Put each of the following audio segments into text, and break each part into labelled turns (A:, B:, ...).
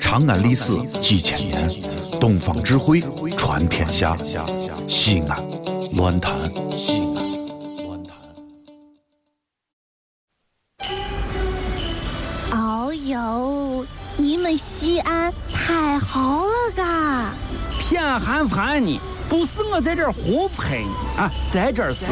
A: 长安历史几千年，东方智慧传天下。西安，乱谈西安，乱谈。
B: 哦呦，你们西安太好了嘎！
C: 偏寒寒你，不是我在这儿胡喷你啊，在这儿是，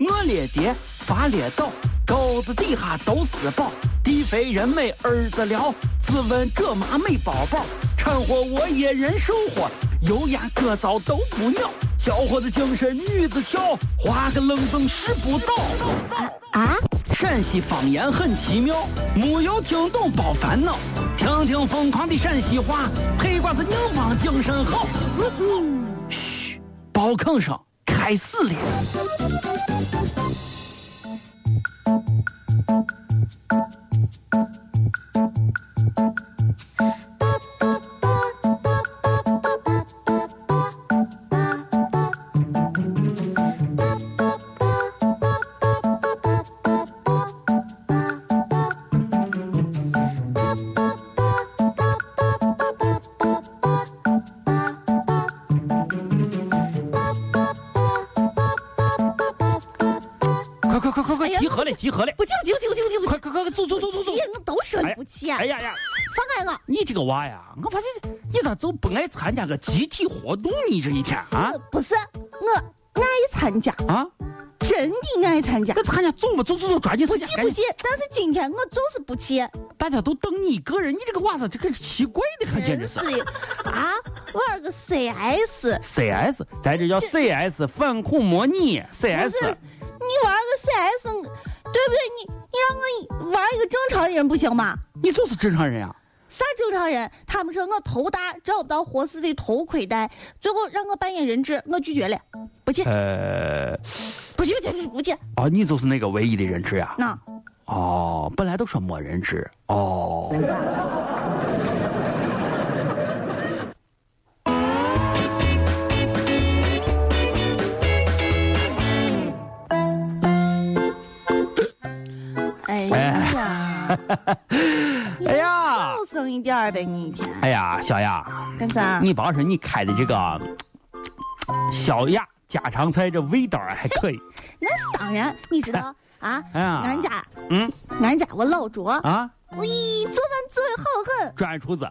C: 我列爹发列倒，沟子底下都是宝，地肥人美儿子了，自问这妈没宝宝，掺和我也人生活，油盐各糟都不尿，小伙子精神女子俏，花个愣风使不倒。
B: 啊，
C: 陕西方言很奇妙，没有听懂别烦恼，听听疯狂的陕西话，黑瓜子硬邦精神好。嘘，包吭声开始了。快快快快快，
B: 哎呀
C: 集合了，集合了！
B: 不急不急不急不急不急不急
C: 快快快快，走走走走走！
B: 急，我都说你不急，
C: 哎呀呀，
B: 放开我！
C: 你这个娃呀，我发现你咋就不爱参加个集体活动呢？这一天啊
B: 我不是，我爱参加，
C: 啊，
B: 真的爱参加
C: 那。参加走吧，走走走，抓紧
B: 不
C: 时
B: 急
C: 间，
B: 不
C: 赶紧！
B: 急，但是今天我就是不去，
C: 大家都等你一个人，你这个娃子这个奇怪的很，简直
B: 真
C: 是
B: 是。的啊！玩个 CS，
C: CS，咱这叫 CS 反恐模拟
B: 不
C: CS
B: 是。你玩个 CS，对不对？你你让我玩一个正常人不行吗？
C: 你就是正常人啊！
B: 啥正常人？他们说我头大，找不到合适的头盔戴，最后让我扮演人质，我拒绝了，不去，
C: 呃，
B: 不去，不去，不去。
C: 啊，你就是那个唯一的人质呀、
B: 那
C: 哦，本来都说没人质。哦，
B: 哎呀，
C: 哎呀
B: 小，声一点儿呗，你一天
C: 哎呀，小雅，
B: 干啥？
C: 你别说你开的这个小雅家常菜这味道还可以。
B: 那是当然，你知道啊？
C: 哎呀
B: 俺家
C: 嗯
B: 俺家我老卓，
C: 啊，
B: 喂，做饭做的好狠。
C: 专业厨子。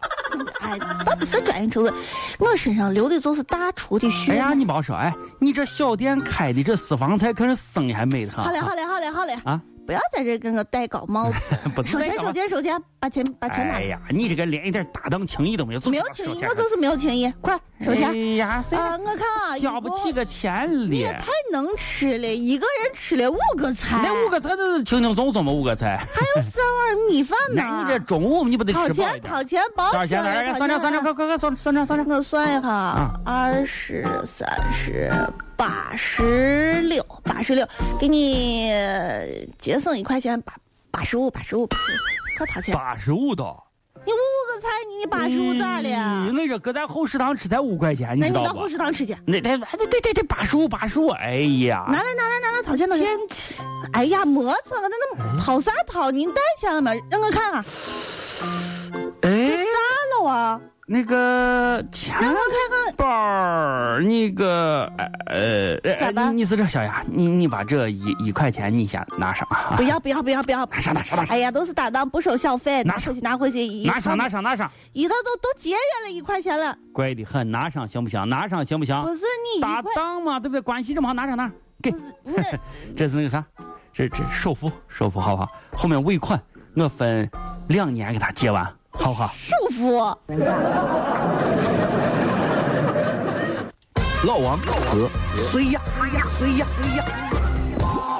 B: 哎，倒不是专业厨子，我身上流的就是大厨的血。
C: 哎呀，你别说，哎，你这小店开的这私房菜可是生意还美得很。
B: 好嘞，好嘞，好嘞，好嘞。
C: 啊，。
B: 不要在这跟我戴高帽子
C: 不是
B: 收
C: 戴
B: 钱，
C: 高帽
B: 收钱，收钱，把钱把钱拿
C: 哎
B: 来。
C: 呀，你这个连一点搭档情谊都没有，就是
B: 没有
C: 把
B: 情
C: 手
B: 谊，
C: 牵
B: 我就是没有情谊。快收
C: 哎
B: 钱！
C: 呀，谁
B: 啊，我看啊，
C: 交不起
B: 一共
C: 个钱
B: 你也
C: 了
B: 太。能吃了，一个人吃了五个菜，
C: 那五个菜都是轻轻松松嘛，五个菜。
B: 还有三碗米饭呢。
C: 那你这中午你不得
B: 掏
C: 吃饱一
B: 钱，
C: 点？
B: 掏钱，包
C: 多少钱？来来，算账算账，快快快算算账算账。
B: 我算一下啊，二十三十八十六八十六，给你呃节省一块钱，八八十五八十五，85快掏钱！
C: 八十五刀。
B: 你五个菜，你八十五咋了
C: 嗯？那个搁咱后食堂吃才五块钱，你
B: 那
C: 知
B: 你
C: 道
B: 到
C: 不
B: 后？食堂吃去，
C: 那得对对对对，八十五八十五，哎呀，
B: 拿来拿来拿来，掏钱掏钱！哎呀，磨蹭啊，那那掏啥掏？你带钱了吗？让我看看，
C: 哎，
B: 啥了啊？
C: 那个钱
B: 让我看看，
C: 包儿，那个呃呃
B: 咋
C: 呃，
B: 办
C: 你你是这小牙，你你把这一一块钱你先拿上啊，
B: 不要不要不要不要！
C: 拿上拿上拿上
B: 哎呀，都是搭档不收小费，
C: 拿
B: 拿回去拿回去，一
C: 拿上拿上拿上，
B: 一套都都节约了一块钱了。
C: 乖的很，拿上行不行？拿上行不行？
B: 不是你一
C: 搭
B: 块，
C: 档嘛，对不对？关系这么好，拿上拿上，给，
B: 那
C: 这是那个啥，这这首付首付好不好？后面尾款我分两年给他结完，好不好？
B: 束缚。
A: 老王和谁呀？谁呀？谁呀？谁呀？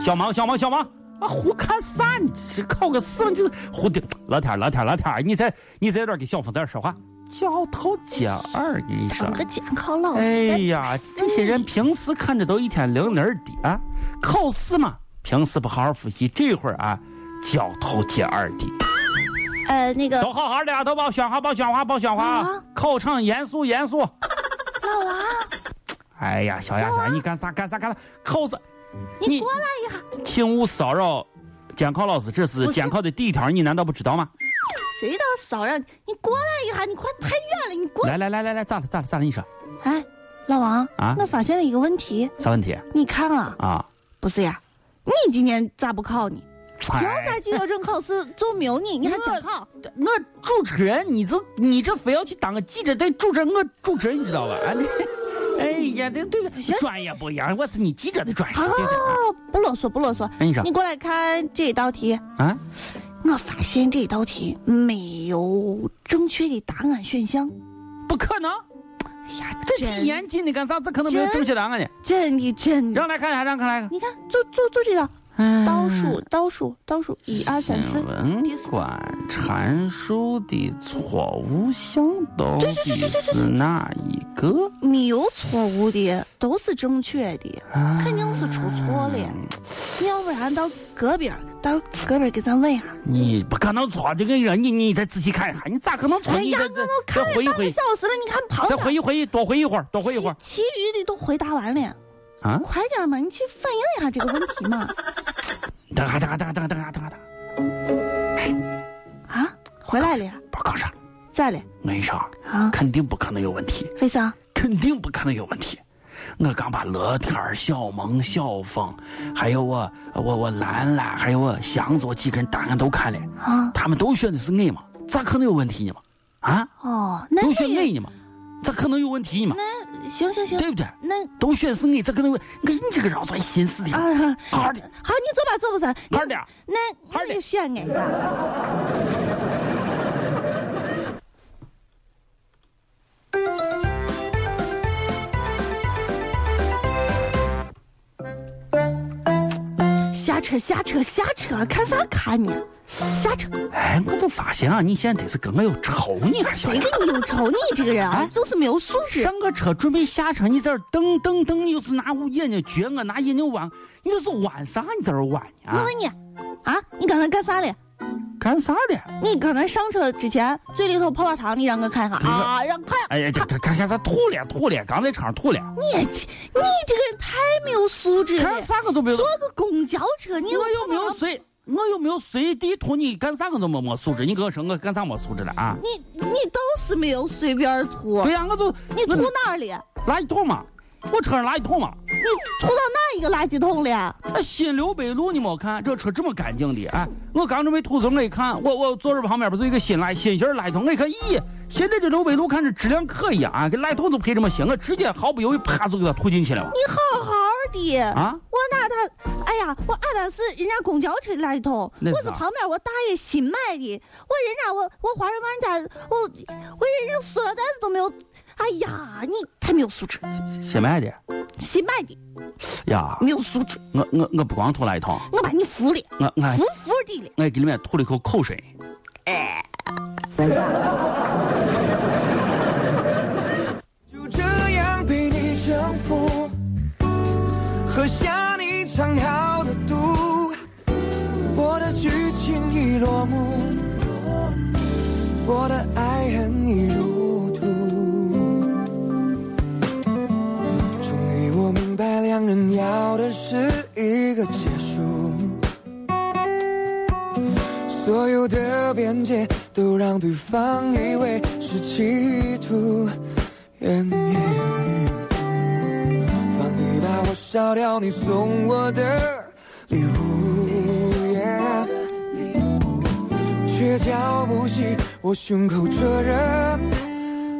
C: 小王，小王，小王，啊，胡看啥？你这靠个什么？就是胡的，老天儿，老天儿，老天儿，你在你在这儿给小疯子说话，交头接耳，你说
B: 当。个监考老师。
C: 哎呀，这些人平时看着都一天零零的啊，考试嘛，平时不好好复习，这会儿啊，交头接耳的，
B: 呃，那个
C: 都好好的啊，都别喧哗，别喧哗，别喧哗啊
B: 啊，
C: 考场严肃严肃。
B: 老王，
C: 哎呀，小丫头，你干啥干啥干啥？考试，
B: 你过来一下。
C: 请勿骚扰监考老师，这是
B: 不是
C: 监考的第一条，你难道不知道吗？
B: 谁当嫂让你你过来一下，你快太远了，你过来。
C: 来来来来来，咋了咋了咋了？你说
B: 哎，老王
C: 啊
B: 那发现了一个问题，
C: 啥问题
B: 你看啊，
C: 啊？
B: 不是呀，你今年咋不考呢？凭
C: 哎
B: 啥就要证考试就没有你？你还想考？
C: 我主持人，你这你这非要去当个记者对主持人，我主持人你 知道吧？啊，你，哎呀，这对不对？
B: 行
C: 专业不一样，我是你记者的专业，
B: 好
C: 对不对？啊
B: 好，不啰嗦不啰嗦。
C: 哎你说
B: 过来看这一道题，
C: 啊，
B: 我发现这一道题没有正确的答案选项。
C: 不可能，
B: 哎呀，
C: 这
B: 真
C: 挺严谨的，干啥？这可能没有
B: 真
C: 正确答案呢。
B: 真的真的。
C: 让来看一下，让看来看。
B: 嗯你看，就就就这道，
C: 哎
B: 倒数倒数倒数，一二三四，
C: 文
B: 第四
C: 馆阐述的错误项到底是哪一个？
B: 没有错误的，都是正确的，
C: 哎
B: 肯定是出错了。要不然到隔壁儿，到隔壁儿给咱问一下。
C: 你不可能错，这个人，你你再仔细看一下，你咋可能错？
B: 哎
C: 你
B: 呀，
C: 再
B: 我
C: 再
B: 都
C: 再
B: 看
C: 回一
B: 了半
C: 回
B: 个，小时了，你看旁
C: 再
B: 边
C: 回
B: 儿
C: 一回，多回一会儿，多回一
B: 其
C: 会儿
B: 其余的都回答完了，
C: 啊！
B: 快点儿嘛，你去反映一下这个问题 嘛。
C: 等下，等下，等下，等下，等下，等下，等下，
B: 啊，回来了呀，
C: 不是考试，
B: 在嘞
C: 我跟你说，
B: 啊，
C: 肯定不可能有问题，
B: 为啥？
C: 肯定不可能有问题。我刚把乐天儿、小萌、小峰，还有我、我、我兰兰，还有我祥子，我几个人答案都看了。
B: 啊，
C: 他们都选的是我嘛，咋可能有问题呢嘛？啊，
B: 哦，那
C: 都
B: 你
C: 选我呢嘛，咋可能有问题呢嘛？
B: 那行行行，
C: 对不对？
B: 那
C: 都选是我，咋可能有？我你这个人算心思的，
B: 啊，
C: 二点，
B: 好，你坐吧，坐吧，咱
C: 二点，
B: 那
C: 快
B: 那
C: 点
B: 你选俺吧。下车，下车，下车！看啥看呢？下车！
C: 哎，我就发现啊，你现在得是跟我有仇呢，还小
B: 谁
C: 样
B: 跟你有仇？你这个人啊
C: 哎，
B: 就是没有素质。
C: 上个车准备下车，你在这儿蹬蹬蹬，又是拿眼睛撅我，拿眼睛弯，你这是弯啥？你在这儿弯呢？
B: 我
C: 啊
B: 问你，啊，你刚才干啥嘞？
C: 干啥呢？
B: 你刚才上车之前嘴里头泡泡糖，你让我看看啊，让快！
C: 哎呀，这这看看啥吐了吐了，刚在车上吐了，
B: 你这你这个人太没有素质了
C: 干。啥我都没有
B: 坐。个公交车，你
C: 我又没有随，我又没有随地吐，你干啥我都没没素质？你跟我说我干啥没素质了啊？
B: 你你倒是没有随便吐，
C: 对呀、我就
B: 你吐
C: 我
B: 哪儿了？
C: 垃圾桶嘛，我车上垃圾桶嘛，
B: 你吐到哪一个垃圾桶了？
C: 那哎新刘北路你没看，这车这么干净的，哎，我刚准备吐的时候我一看，我我坐这旁边不是有一个新垃新型垃圾桶，我一看，咦，现在这刘北路看着质量可以啊，这垃圾桶都配这么新，我直接毫不犹豫啪就给它吐进去了嘛，
B: 你好好的，
C: 啊，
B: 我拿它，哎呀，我拿它是人家公交车的垃圾桶，
C: 那是
B: 我是
C: 啥
B: 旁边我大爷新买的，我人家我我华润万家，我我人家塑料袋子都没有，哎呀，你太没有素质，
C: 新买的
B: 新买的
C: 呀，
B: 没有素质，
C: 我我我不光吐垃圾桶，
B: 我把你服了，
C: 我我
B: 服服的了。
C: 我还给里面吐了一口口水。
D: 就这样陪你征服，喝下你藏好的毒，我的剧情已落幕，我的爱恨已入土。终于我明白，两人要的是一个结束，所有的边界都让对方以为是企图。言语。放你把我烧掉，你送我的礼物，yeah。却浇不熄我胸口灼热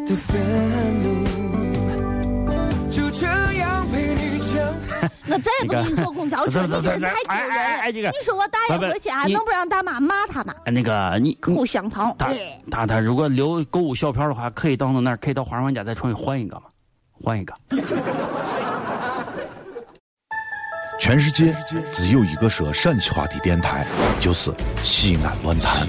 D: 的愤怒。就这样陪你征服。
B: 我再也不给你坐公 交车，
C: 这
B: 你
C: 这
B: 这人
C: 这
B: 太丢
C: 哎
B: 人
C: 哎
B: 了。
C: 哎这个
B: 你说我大爷回去还
C: 不是你
B: 啊能不让大妈骂他吗？
C: 哎那个你你
B: 口香糖，
C: 他
B: 哎
C: 他他如果留购物小票的话，可以到那儿，可以到华人玩家再重新换一个嘛，换一个。
A: 全世界只有一个说陕西话的电台，就是西安乱坛。